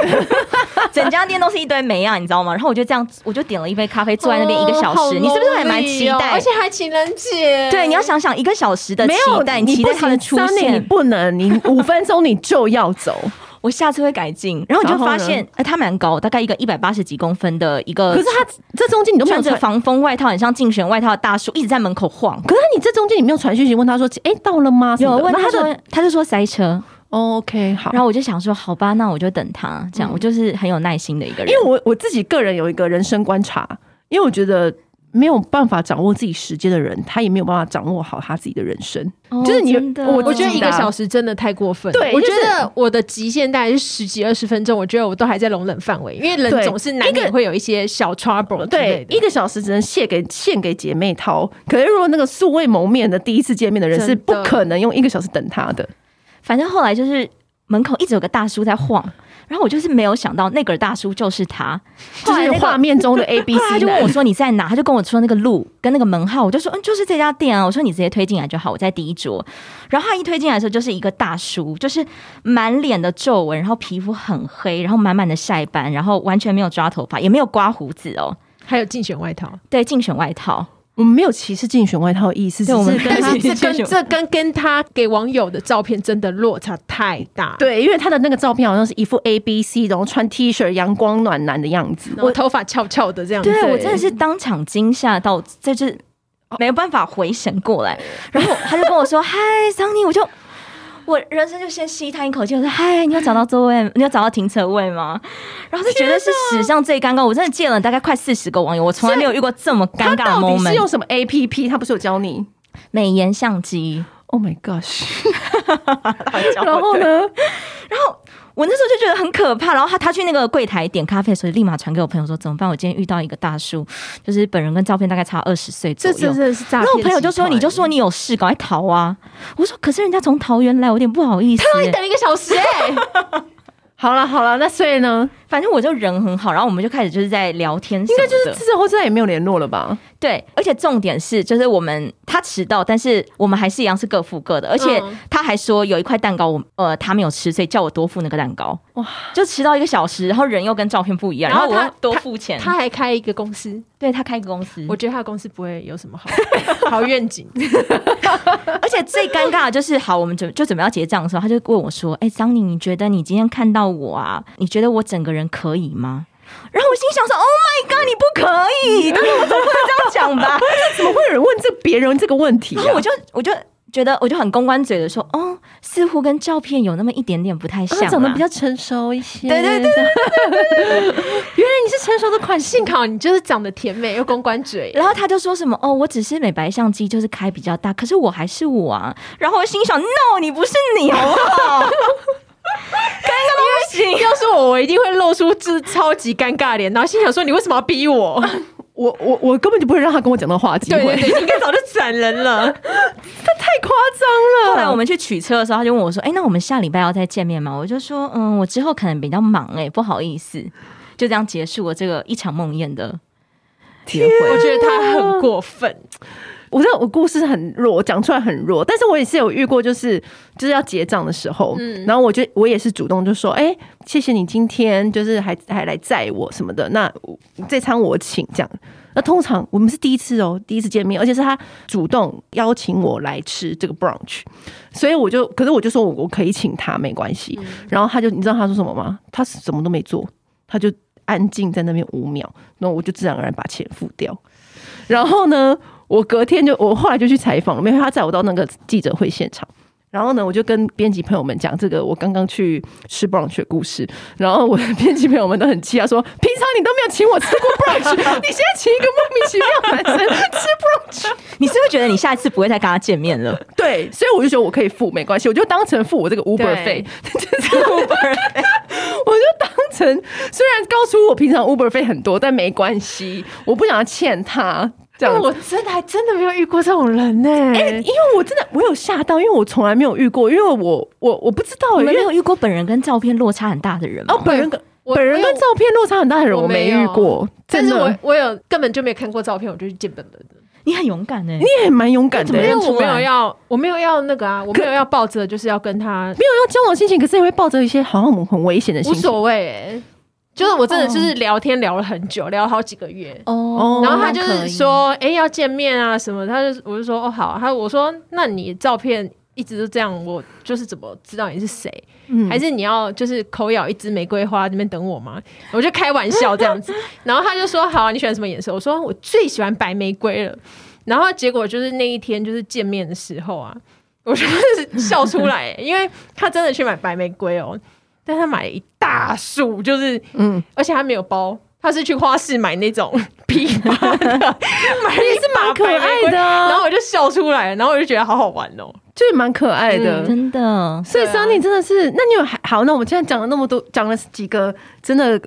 整家店都是一堆美亚，你知道吗？然后我就这样，我就点了一杯咖啡，坐在那边一个小
哦好
时，你是不是还
lonely
蛮期
哦
待？
而且还情人节，
对，你要想想一个小时的
没
期
有
待，
你
期待
不
他
行
的出
Sunny，你
现，
不能， 你五分钟你就要走。
我下次会改进。然后你就发现，呃，他蛮高，大概一个一百八十几公分的一个，
可是他这中间你都没有
呃穿着
传，
防风外套，很像竞选外套的大叔，一直在门口晃。
可是你这中间你没有传讯息问他说，哎、到了吗？什
有
么的
问
那
他
他的
说，他就说塞车，
哦 OK 好嗯
然。后我就想说，好吧，那我就等他。这样，我就是很有耐心的一个人。
因为我我自己个人有一个人生观察，因为我觉得没有办法掌握自己时间的人，他也没有办法掌握好他自己的人生。
哦
就是你
真的
我
我觉得一个
自己的啊
小时真的太过分了。
对
我觉
就是
得我的极限大概是十几二十分钟，我觉得我都还在容忍范围，因为人
对
总是难免会有一些小 trouble 之
对，
类的。
一个小时只能献给献给姐妹淘。可是如果那个素未谋面的第一次见面的人，
真的
是不可能用一个小时等他的。
反正后来就是门口一直有个大叔在晃，然后我就是没有想到那个大叔就是他，
就
后来
是
那个
画。面中的 A
后
B
来他
C
就问我
男，
说你在哪？他就跟我说那个路跟那个门号，我就说嗯就是这家店啊。我说你直接推进来就好，我在第一桌。然后他一推进来的时候就是一个大叔，就是满脸的皱纹，然后皮肤很黑，然后满满的晒斑，然后完全没有抓头发，也没有刮胡子哦。
还有竞选外套，
对，竞选外套。
我们没有歧视竞选外套的意思，只
对我们
是
但
跟
是
他
你
这
确实
跟这跟跟他给网友的照片真的落差太大。，
对，因为他的那个照片好像是一副 A B C，然后穿 T 恤阳光暖男的样子。
我头发翘翘的
嗯
这样子，
对我真的是当场惊吓到，在这
哦
没有办法回神过来。然后他就跟我说：“嗨，桑尼！” 我就我人生就先吸他一口气，我说：“嗨，你有找到座位？ 你有找到停车位吗？”然后就觉得是史上最尴尬，我真的见了大概快四十个网友，我从来没有遇过这么尴
他
尬的
到底是
moment。
用什么 A P P？他不是有教你
美颜相机，
？Oh my gosh！然后呢？
我那时候就觉得很可怕，然后他他去那个柜台点咖啡的时候，立马传给我朋友说怎么办？我今天遇到一个大叔，就是本人跟照片大概差二十岁左
这
右
真。的是诈骗集团。欸
然后我朋友就说：“你就说你有事，赶快逃啊！”我说：“可是人家从桃园来，我有点不好意思、 欸。
了一个小时 哎、
好了好了，那所以呢，”
反正我就人很好，然后我们就开始就是在聊天什
应
么的，
该啊就是之后再也没有联络了吧？
对。而且重点是，就是我们他迟到，但是我们还是一样是各付各的。而且
嗯
他还说有一块蛋糕我呃他没有吃，所以叫我多付那个蛋糕。哇！就迟到一个小时，然后人又跟照片不一样，
然
然
后
后我
他
又多付钱。
他还开一个公司，
对他开一个公司，
我觉得他的公司不会有什么好 好愿景。
而且最尴尬的就是，好，我们准就准备要结账的时候，他就问我说：“哎、张宁，你觉得你今天看到我啊？你觉得我整个人可以吗？”然后我心想说：“Oh my god，你不可以！”但是我总不能这样讲吧？
怎么会有人问这别人这个问 题、啊
然？后我就我就觉得我就很公关嘴的说：“哦，似乎跟照片有那么一点点不太像、啊。”
长得比较成熟一些，
对对对
对原来你是成熟的款性
幸好你就是长得甜美又公关嘴，
然后他就说什么哦，我只是美白相机就是开比较大，可是我还是我啊。然后我心想，no，你不是你好不好？ 尴尬到不行，
要是我，我一定会露出这超级尴尬脸，然后心想说：“你为什么要逼我
我我我根本就不会让他跟我讲到话？”机
对
会，
对 对，应该早就斩人了。
太夸张了。
后来我们去取车的时候，他就问我说：“哎、那我们下礼拜要再见面吗？”我就说：“嗯，我之后可能比较忙、哎，不好意思。”就这样结束我这个一场梦魇的约
我
会。
觉得他很过分，
我知道我故事很弱，我讲出来很弱，但是我也是有遇过，就是就是要结账的时候，然后我就我也是主动就说，哎、谢谢你今天就是还还来载我什么的，那我这餐我请这样。那通常我们是第一次哦、第一次见面，而且是他主动邀请我来吃这个 brunch，所以我就，可是我就说我我可以请他没关系，然后他就你知道他说什么吗？他什么都没做，他就安静在那边五秒，然后我就自然而然把钱付掉。然后呢，我隔天就我后来就去采访了，没有他载我到那个记者会现场。然后呢，我就跟编辑朋友们讲这个我刚刚去吃 brunch 的故事，然后我的编辑朋友们都很气啊，说平常你都没有请我吃过 brunch，你 现在请一个莫名其妙的男生 吃 brunch，
你是不是觉得你下一次不会再跟他见面了？
对，所以我就觉得我可以付没关系，我就当成付我这个 Uber 费， 我就当成虽然高出我平常 Uber 费很多，但没关系，我不想要欠他这样
但
子。
哎我真的还真的没有遇过这种人呢、
哎因为我真的我有吓到，因为我从来没有遇过，因为我我我不知道、
你
因
们没
为
有遇过本人跟照片落差很大的人吗？
哦本人跟
我
本人跟照片落差很大的人
我
我没
没
遇
有
过，
但
真
是
的
我我有根本就没有看过照片，我就去见本人了。
你很勇敢哎、
你也蛮勇敢的、
怎么
没
因
有
为
要
我
认出来
没有要，我没有要那个啊，我没有要抱着就是要跟他
交往的心情，可是也会抱着一些好像很危险的心
无
情。
所谓、欸，就是我真的就是聊天聊了很久，聊了好几个月。
哦
然后他就是，说，哎、要见面啊什么，他就我就说，哦好啊，他我说，那你照片一直都这样，我就是怎么知道你是谁？
嗯
还是你要就是口咬一支玫瑰花那边等我吗？我就开玩笑这样子，然后他就说，好、啊，你喜欢什么颜色？我说我最喜欢白玫瑰了。然后结果就是那一天就是见面的时候啊，我就是 笑 出来、因为他真的去买白玫瑰哦，但他买了一大束，就是
嗯，
而且他没有包，他是去花市买那种 批发 的，买了
也
一
是
把
蛮可
白玫
爱
瑰
的、啊，
然
然
后
后
我就笑出来，然后我就觉得好好玩哦。
就是蛮可爱的。
嗯
真的，
所以
对啊
Sunny 真的是，那你有还好？那我们现在讲了那么多，讲了几个真的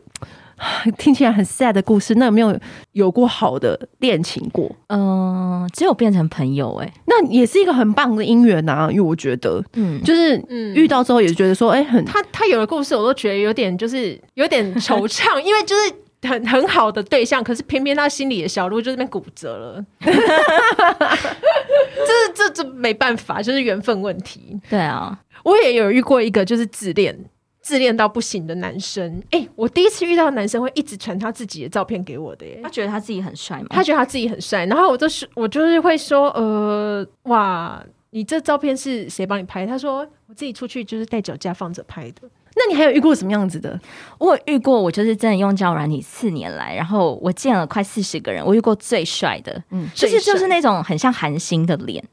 啊听起来很 sad 的故事，那有没有有过好的恋情过？
嗯、只有变成朋友哎、
那也是一个很棒的姻缘呐、因为我觉得
嗯，
就是
嗯
遇到之后也觉得说，哎、很
他他有的故事我都觉得有点就是有点惆怅，因为就是。很很好的对象，可是偏偏他心里的小鹿就这边骨折了， 这这这没办法，就是缘分问题。
对啊，
我也有遇过一个就是自恋，自恋到不行的男生。哎、我第一次遇到男生会一直传他自己的照片给我的耶
他。觉得他自己很帅吗？
他觉得他自己很帅，然后我就是我就是会说，呃，哇，你这照片是谁帮你拍？他说我自己出去就是带脚架放着拍的。
那你还有遇过什么样子的？
我有遇过，我就是真的用交友软体四年来，然后我见了快四十个人，我遇过最帅的，嗯，就是
最帅
就是那种很像韩星的脸，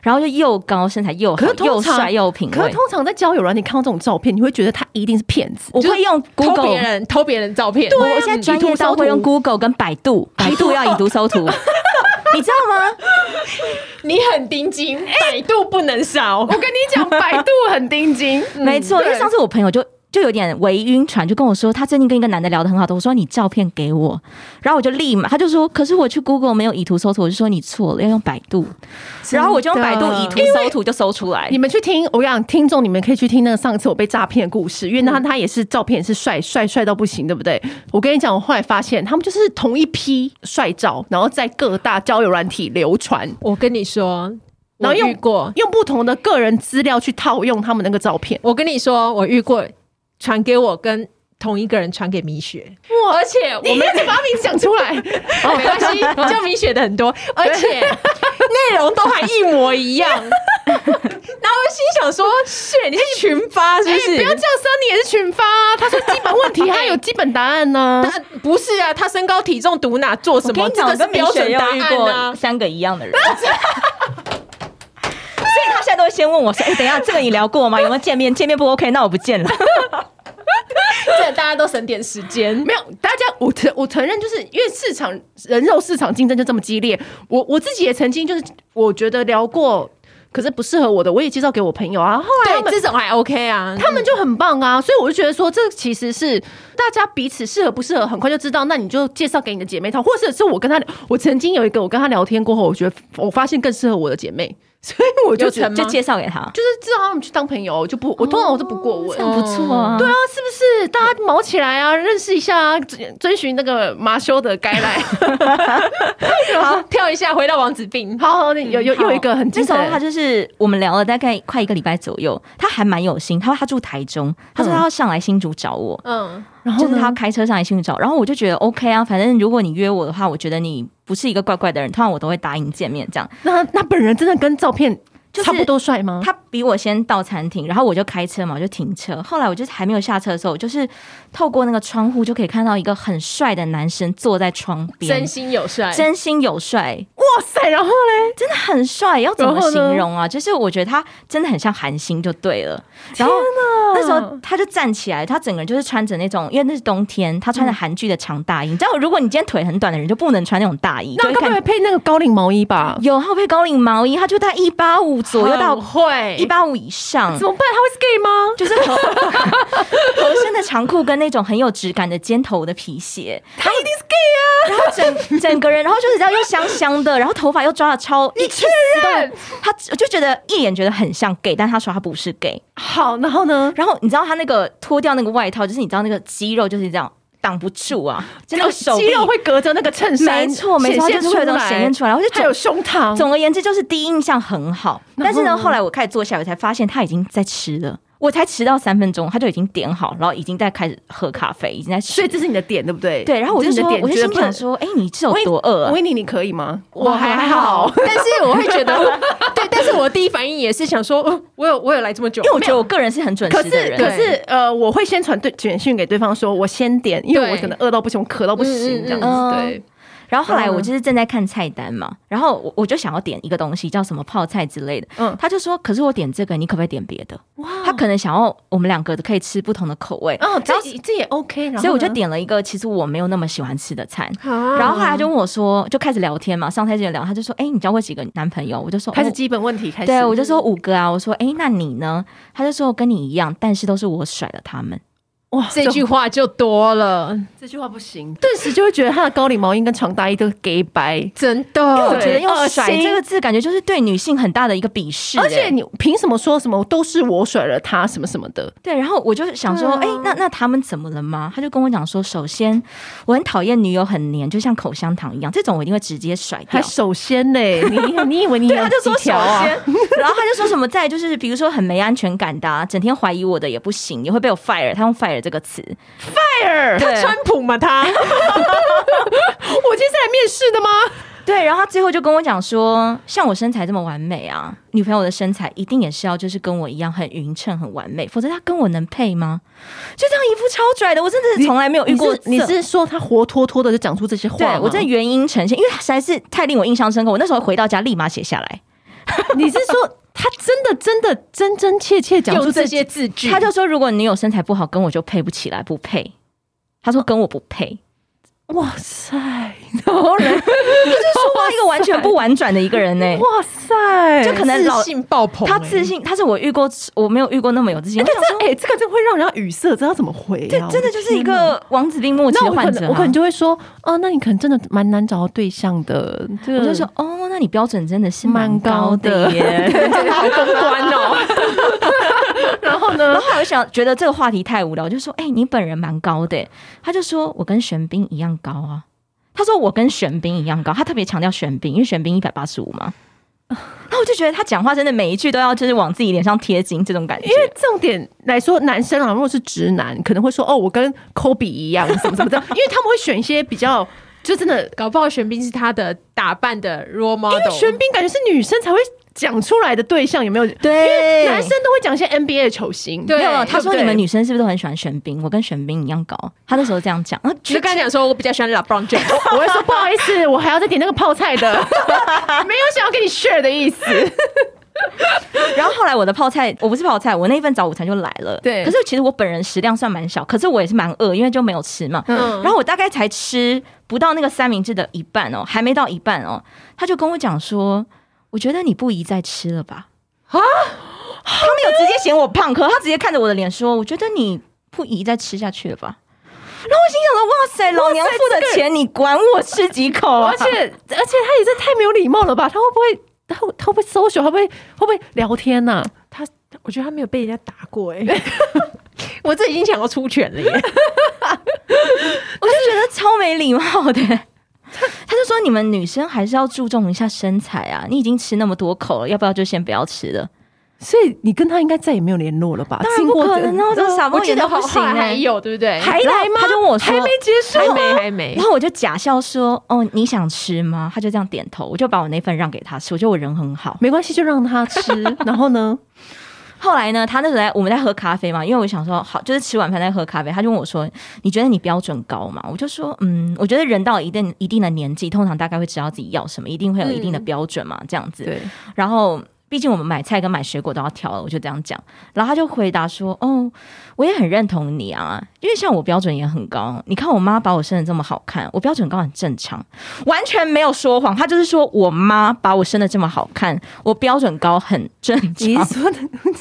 然后就又高，身材又好
可是，通常
又帅又有品
可是
味
通。常在交友软体看到这种照片，你会觉得他一定是骗子。
我会用
偷别
Google，
人偷别人照片，
我我现在专业到会用 Google 跟百 度，百度要以毒搜 图，你知道吗？
你很盯紧，百度不能少。
我跟你讲，百度很盯 紧，
没错，因为
对
上次我朋友就就有点微晕船，就跟我说他最近跟一个男的聊得很好的，我说你照片给我，然后我就立马他就说，可是我去 Google 没有以图搜图，我就说你错了，要用百度，然后我就用百度以图搜图就搜出来
你。们去听，我想听众你们可以去听那个上次我被诈骗的故事，因为他他也是照片是帅帅帅到不行，对不对？我跟你讲，我后来发现他们就是同一批帅照，然后在各大交友软体流传，
我跟你说，
然
我
后用
遇过，
用不同的个人资料去套用他们那个照片。
我跟你说，我遇过，传给我跟同一个人传给米雪，哇！而且我
你
们
们把名字讲出来，
哦， 没关系，叫米雪的很多， 而且内容都还一模一 样。然后我心想说，雪，你是群发是
哎
哎不是？
不要这样，说，你也是群发啊、他说基本问题，他有基本答案 呢、
他不是啊，他身高体重读哪做什
我跟
么？
你
这
讲，
个
我
是
跟
标准答
遇
案啊
过。三个一样的人。所以他现在都会先问我说：“哎、等一下，这个你聊过吗？有没有见面？见面不 OK，那我不见了。
这大家都省点时间。
没有，大家我承我承认，就是因为市场人肉市场竞争就这么激烈。我我自己也曾经就是我觉得聊过，可是不适合我的，我也介绍给我朋友啊。后来他
对，
们
这种还 OK 啊。
他们就很棒啊，所以我就觉得说，这其实是大家彼此适合不适合，很快就知道。那你就介绍给你的姐妹淘，或者是我跟她，我曾经有一个我跟她聊天过后，我觉得我发现更适合我的姐妹， 所以我就
有
觉得
成”
就
吗
介绍给他，
就是至少他们去当朋友，就不我通常我都不过问。
哦
这样不错啊。
对啊，是不是？大家毛起来啊，认识一下啊，遵遵循那个马修的该 来。
好跳一下，回到王子病。
好嗯好，那有有有一个很精
那时候
彩
他
的，
就是我们聊了大概快一个礼拜左右，他还蛮有心。他说他住台中，他说他要上来新竹找我，
嗯，
然
就
后
是
呢
他要开车上来新竹找。然后我就觉得 OK 啊，反正如果你约我的话，我觉得你不是一个怪怪的人，通常我都会答应见面这样。
那那本人真的跟照片
就是
差不多帅吗？
他比我先到餐厅，然后我就开车嘛，我就停车。后来我就是还没有下车的时候，我就是透过那个窗户就可以看到一个很帅的男生坐在窗边
真，心有帅，
真心有帅，
哇塞，然后嘞，
真的很帅，要怎么
然后呢
形容啊？就是我觉得他真的很像韩星就对了。然后那时候他就站起来，他整个人就是穿着那种，因为那是冬天，他穿着韩剧的长大衣。你知道，如果你今天腿很短的人，就不能穿那种大衣，就
那该
会
不
看
会配那个高领毛衣吧？
有他配高领毛衣，他就在一八五左右到
很会
一八五以上
怎。么办？他会是 gay 吗？
就是 合合身的长裤跟那种很有质感的尖头的皮鞋，
他一定啊是 gay
然后整整个人，然后就是这样又香香的，然后头发又抓的超，你确认？他我就觉得一眼觉得很像 gay，但他说他不是 gay。
啊！好，然后呢？
然后你知道他那个脱掉那个外套，就是你知道那个肌肉就是这样挡不住啊，就那个手臂
哦肌肉会隔着那个衬衫，
没错没错
显现
就是会有这种显现出来我就觉得
还有胸膛，
总而言之，就是第一印象很好，但是呢，后来我开始坐下，我才发现他已经在吃了。我才迟到三分钟，他就已经点好，然后已经在开始喝咖啡，已经在吃
所以。这是你的点，对不对？
对，然后我就
这是
说
你的，点
我就
觉得
心
不能
想说，哎、你是有
维
多饿、啊哦
维？尼，你可以吗？
我还好，，但是我会觉得，对，但是我第一反应也是想说，哦，我有我有来这么久，
因为我觉得我个人是很准
可是
时的人，
可
对
是呃，我会先传对简讯给对方说，我先点，因为
对
我可能饿到不行，我渴到不行
嗯嗯嗯
这样
嗯
子。对，
然后后来
嗯
我就是正在看菜单嘛，然后我我就想要点一个东西，叫什么泡菜之类的。
嗯
他就说，可是我点这个，你可不可以点别的？他可能想要我们两个可以吃不同的口味，
哦，这这也 OK，然后
所以我就
呢嗯
点了一个其实我没有那么喜欢吃的餐。
啊
然后后来他就问我说，就开始聊天嘛，上菜之前聊，他就说，哎、你交过几个男朋友？我就说
开始
哦
基本问题开始。
对，我就说五个啊。我说，哎、那你呢？他就说我跟你一样，但是都是我甩了他们。
哇，
这句话就多了，
这句话不行，顿时就会觉得他的高领毛衣跟长大衣都 gay 白。
真
因为我
的。
觉得用
恶
“甩”
心
这个字，感觉就是对女性很大的一个鄙视、
而且
哎
你凭什么说什么都是我甩了他什么什么的？
对，然后我就想说，
嗯
哎、
对啊
那那他们怎么了吗？他就跟我讲说，首先我很讨厌女友很黏，就像口香糖一样，这种我一定会直接甩
还
掉。
首先呢，你你以为你
对，
有
他就说
几
首先，
条啊？
然后他就说什么在就是比如说很没安全感的、啊，整天怀疑我的也不行，也会被我 fire。他用 fire 这个词，
对
对
川普嘛，他
我今天是来面试的吗？
对，然后他最后就跟我讲说，像我身材这么完美啊，女朋友的身材一定也是要就是跟我一样很匀称、很完美，否则她跟我能配吗？就这样一副超拽的，我真的是从来没有遇
你
过
是你
这
是说他活脱脱的就讲出这些话
对
吗？
我 这原因呈现，因为实在是太令我印象深刻。我那时候回到家立马写下来，
你是说他真的真的真真切切讲出
用
这
这
些
些字句，
他就说如果你有身材不好，跟我就配不起来，不配。他说跟我不配，
哇塞， 然后人
说话一个完全不婉转的一个人 呢、
哇塞，
就可能老
自信爆棚、
他自信，他是我遇过，我没有遇过那么有自信。
哎，
我想
但
说
这哎这个真会让人家语塞，知道怎么回
对
啊？，
真的就是一个王子病末期
那
的
我
患
可
者
能
啊。
我可能就会说，哦、那你可能真的蛮难找到对象的。这个
我就说，哦，那你标准真的是
蛮
蛮
高
高
的
的 耶。
好公关哦。
然后
然
呢
后？我想觉得这个话题太无聊，我就说，哎、你本人蛮高的耶。他就说我跟玄彬一样高啊。他说我跟玄彬一样高，他特别强调玄彬，因为玄彬一百八十五嘛。然后我就觉得他讲话真的每一句都要就是往自己脸上贴金这种感觉
因，为重点来说，男生啊，如果是直男，可能会说，哦，我跟科比一样，什么什么的， 因为他们会选一些比较，就真的，
搞不好玄彬是他的打扮的 role
因为
model，
玄彬感觉是女生才会讲出来的对象，有没有？
对
男生都会讲一些 NBA 的球星，
对
没有，啊他
对不
说
对
你们女生是不是都很喜欢玄彬？我跟玄彬一样高，他那时候这样讲，然后
你就跟他讲说，我比较喜欢 LeBron James，
我会说不好意 思，我还要再点那个泡菜的，没有想要跟你 share 的意 思。
然后后来我的泡菜，我不是泡菜，我那一份早午餐就来了。
对
可是其实我本人食量算蛮小，可是我也是蛮饿，因为就没有吃嘛。
嗯
然后我大概才吃不到那个三明治的一半哦，还没到一半哦，他就跟我讲说：“我觉得你不宜再吃了吧？”啊，他没有直接嫌我胖，可他直接看着我的脸说：“我觉得你不宜再吃下去了吧。”然后我心想说：“哇塞，老娘付的钱，你管我吃几口啊？”
而且而且他也是太没有礼貌了吧？他会不会他会他会不会 social？他会不会会不会聊天啊呐、
他我觉得他没有被人家打过哎、 我这已经想要出拳了耶！
我就觉得超没礼貌的。 他就说：“你们女生还是要注重一下身材啊！你已经吃那么多口了，要不要就先不要吃了？
所以你跟他应该再也没有联络了吧？
当然不可能啊！我
经过
怎么傻猫
我记
眼
得
都
好
不行
像
啊
还有对不对？
还来吗？
他就问我说
还没结束
还
吗？
没还没
然，后我就假笑说：‘哦，你想吃吗？’他就这样点头，我就把我那份让给他吃。我觉得我人很好。
没关系，就让他 吃。然后呢？
后来呢，他那时候在我们在喝咖啡嘛，因为我想说好，就是吃晚饭在喝咖啡，他就问我说：“你觉得你标准高吗？”我就说：“嗯，我觉得人到一定一定的年纪，通常大概会知道自己要什么，一定会有一定的标准嘛，这样子。”
对，
然后毕竟我们买菜跟买水果都要挑了，我就这样讲。然后他就回答说：“哦，我也很认同你啊，因为像我标准也很高，你看我妈把我生的这么好看，我标准高很正常，完全没有说谎。他就是说我妈把我生的这么好看，我标准高很正
你
常。
是说的。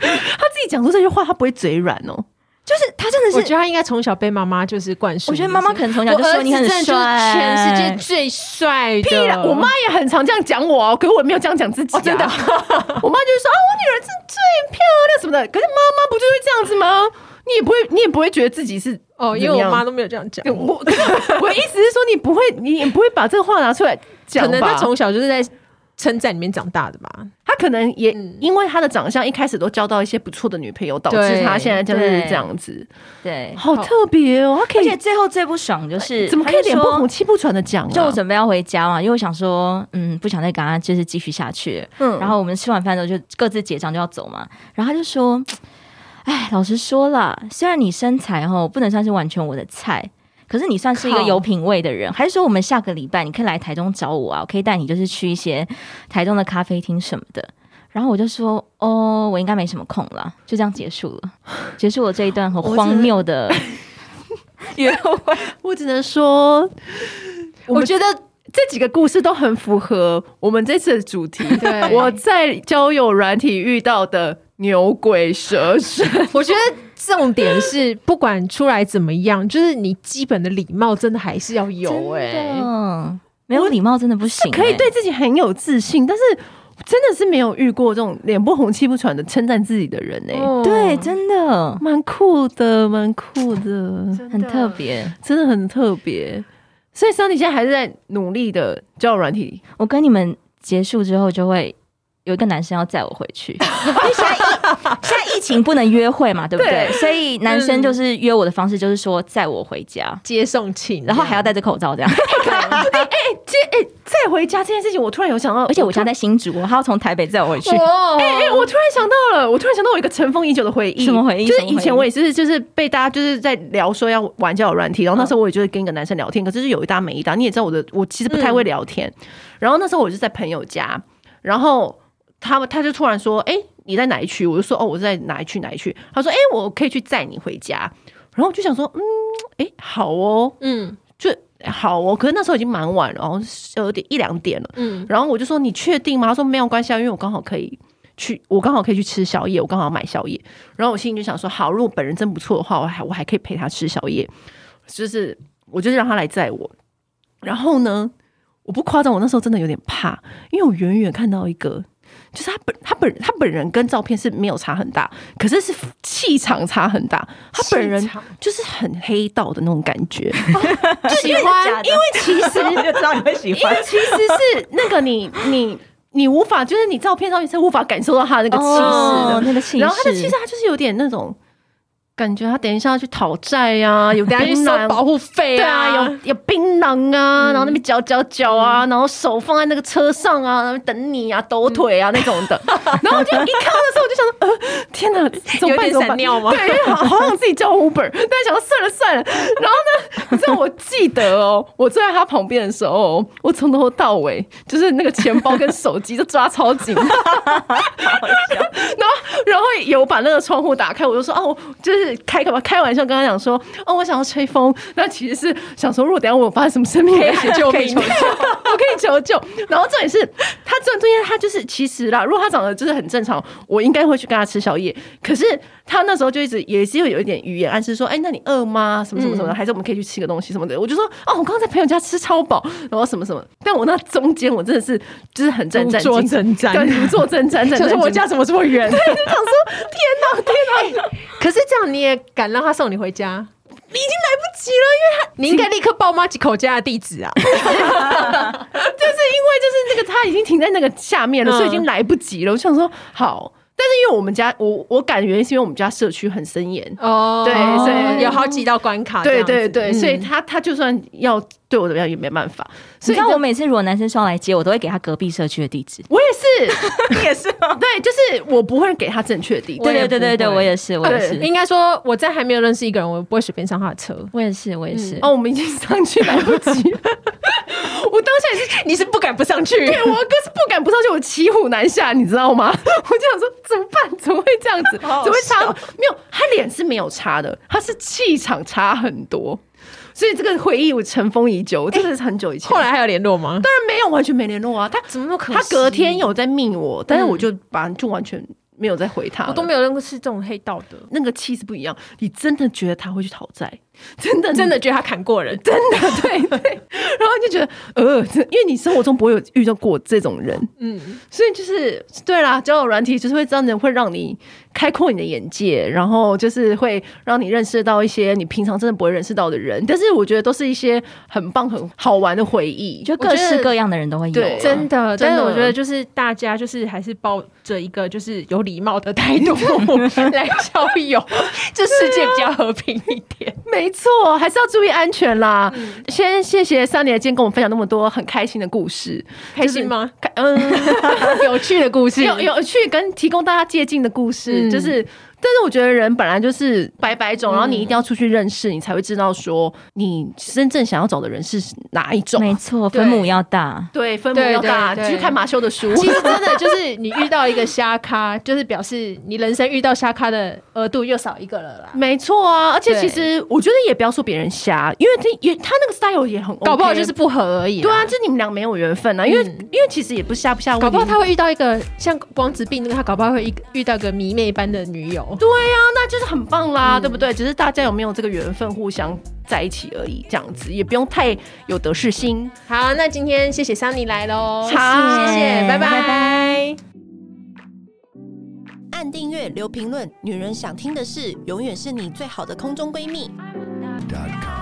他自己讲出这句话，他不会嘴软哦。
就是他真
我
的
觉得
是，
他应该从小被妈妈就是灌输。
我觉得妈妈可能从小
我
就说
儿子
你
真
很
的就是
帅，
全世界最帅
屁啦
的，
啊我妈也很常这样讲我哦，可是我没有这样讲自己、啊
啊哦真的
我妈就会说啊，我女儿是最漂亮什么的。可是妈妈不就会这样子吗？你也不会，你也不会觉得自己是
哦，因
怎么
为我
样
妈都没有这样讲。
我 我的意思是说，你不会，你也不会把这个话拿出来讲
可
吧。
能他从小就是在称赞里面长大的吧。
他可能也
嗯
因为他的长相，一开始都交到一些不错的女朋友，导致
对
他现在就是
对
这样子，
对。
好特别哦。他可
而
以
且最后最不爽就是，
怎么可以
他就
脸不
说
红气不喘的讲啊？
就我准备要回家嘛，因为我想说，嗯，不想再跟他就是继续下去。
嗯
嗯，然后我们吃完饭之后就各自结账就要走嘛，然后他就说，哎，老实说啦，虽然你身材哦不能算是完全我的菜。可是你算是一个
靠
有品味的人，还是说我们下个礼拜你可以来台中找我啊？我可以带你就是去一些台中的咖啡厅什么的。然后我就说，哦，我应该没什么空了，就这样结束了，结束了这一段很
我
荒
真的
谬的约会。
我只能说，
我觉得
这几个故事都很符合我们这次的主题。
对
我在交友软体遇到的牛鬼蛇神，
我觉得重点是，不管出来怎么样，就是你基本的礼貌真的还是要有哎、
嗯，没有礼貌真的不行、欸，
可以对自己很有自信，但是真的是没有遇过这种脸不红气不喘的称赞自己的人呢、
哦
对，真的
蛮酷的，蛮酷的，
很特。别。
真的很特别。所以桑尼现在还是在努力的交友软体里，
我跟你们结束之后，就会有一个男生要载我回 去，因为现在疫现在疫情不能约会嘛，对不对？
对
所以男生就是约我的方式就是说载我回家，
接送请，
然后还要戴着口罩这样。
接哎、再回家这件事情，我突然有想到，
而且我家在新竹，他要从台北载我回去。
哇，
哎哎、我突然想到了，我突然想到我一个尘封已久的回忆，
什么回忆
就是
什么回
以
忆
前我也是，就是被大家就是在聊说要玩交友软体，然
嗯
后那时候我也就是跟一个男生聊天，可是就是有一搭没一搭，你也知道我的，我其实不太
嗯
会聊天。然后那时候我就在朋友家，然后他们他就突然说：“哎、你在哪一区？”我就说：“哦，我在哪一区哪一区。”他说：“哎、我可以去载你回家。”然后我就想说：“嗯，哎、好哦，
嗯
就好哦。”可是那时候已经蛮晚了，然后呃有点一两点了。
嗯，
然后我就说你确定吗？他说没有关系啊，因为我刚好可以去，我刚好可以去吃宵夜，我刚好买宵夜。然后我心里就想说，好，如果本人真不错的话，我还我还可以陪他吃宵夜，就是我就是让他来载我。然后呢，我不夸张，我那时候真的有点怕，因为我远远看到一个。就是他本他本他本人跟照片是没有差很大，可是是气场差很大。他本人
气场
就是很黑道的那种感 觉，
喜欢，因为其实就知道你会喜
因为。其实是那个你你你无法，就是你照片上面是无法感受到他那个气势的。
哦，那个气势，
然后他的气势，他就是有点那种感觉，他等一下要去讨债呀、有
等下去
槟
收保
榔。
护费
对啊，有有槟榔
嗯
啊，然后那边嚼嚼嚼啊，然后手放在那个车上啊，然后等你啊，抖腿啊那种 的。然后我就一看到的时候，我就想说，呃，天哪，怎么办？
有点
怎么
闪
办？
尿吗
对，因为 好好想自己叫 Uber，但想说算了算了。然后呢，你知道我记得哦，我坐在他旁边的时候，我从头到尾就是那个钱包跟手机就抓超紧，然后然后有把那个窗户打开，我就说哦，我就是开个开玩笑跟他讲说哦，我想要吹风，那其实是想说如果等一下我有发生什么生命危险，
救
可以
命
求救，我可以求救。然后重点是他这中间他就是其实啦，如果他长得就是很正常，我应该会去跟他吃宵夜。可是他那时候就一直也是有一点语言暗示说，哎，那你饿吗？什么什么什么的，还是我们可以去吃个东西什么的。我就说哦，我刚刚在朋友家吃超饱，然后什么什么。但我那中间我真的是就是很战战
如坐
兢
针毡
对，如坐针毡，战
想
战
说我
兢兢
家怎么这么远？
就想说天哪，天哪，
可是这样你也敢让他送你回家？
已经来不及了，
你应该立刻报妈吉口家的地址啊！
因为他就是因为就是那个他已经停在那个下面了，
嗯
所以已经来不及了。我想说好，但是因为我们家我我感觉是因为我们家社区很森严。
哦，
对所以
有好几道关卡这
对
样子，
对对，
嗯
所以他他就算要对我怎么样也没办法，
你
所以
知道我每次如果男生说要来接我，都会给他隔壁社区的地址。
我也是，
你也是吗？
对，就是我不会给他正确的地址，
对对对对对，
我也不会
我也是，我也
对
是，
应该说我在还没有认识一个人，我不会随便上他的车。
我也是，我也是。
哦，我们已经上去来不及了，我当下也是
你是不敢不上去？
对我哥是不敢不上去，我骑虎难下，你知道吗？ 我就想说怎么办？怎么会这样子？怎
好
么
好
会差？没有，他脸是没有差的，他是气场差很多。所以这个回忆我尘封已久，真的是很久以前。
哎后来还有联络吗？
当然没有，完全没联络啊。他
怎么那么可惜
他隔天有在密我，但是我就把就完全没有再回他了。
我都没有认识这种黑道的，
那个气是不一样，你真的觉得他会去讨债？真的，
真的觉得他砍过人。
真的，对对。然后你就觉得，呃，这因为你生活中不会有遇到过这种人，
嗯，
所以就是对啦，交友软体就是会这样子，会让你开阔你的眼界，然后就是会让你认识到一些你平常真的不会认识到的人。但是我觉得都是一些很棒、很好玩的回忆。
就各式各样的人都会有啊、
对
真的，
真
但
的
是我觉得就是大家就是还是抱着一个就是有礼貌的态 度来交友，这世界比较和平一点。
没错，还是要注意安全啦。
嗯
先谢谢三年今天跟我们分享那么多很开心的故事，
开心吗？
开嗯。
有趣的故事，
有有趣跟提供大家借鉴的故事，
嗯
就是，但是我觉得人本来就是百百种，然后你一定要出去认识，你才会知道说你真正想要找的人是哪一种。啊
没错，分母要大。
对，分母要大，
对对对
去看马修的书。
其实真的就是你遇到一个瞎咖，就是表示你人生遇到瞎咖的额度又少一个了啦。
没错啊，而且
对
其实我觉得也不要说别人瞎，因为他也他那个 style 也很 OK，
搞不好就是不合而已。
对啊，，就你们俩没有缘分啊，因为、因为其实也不瞎不瞎问题，
搞不好他会遇到一个像光子病那个，他搞不好会一遇到一个迷妹般的女友。哦。
对呀、那就是很棒啦，对不对？只是大家有没有这个缘分互相在一起而已，这样子也不用太有得失心。
好，那今天谢谢桑尼来喽，
好
谢谢，拜
拜
拜
按订阅，留评论，女人想听的事，永远是你最好的空中闺蜜。
dot com.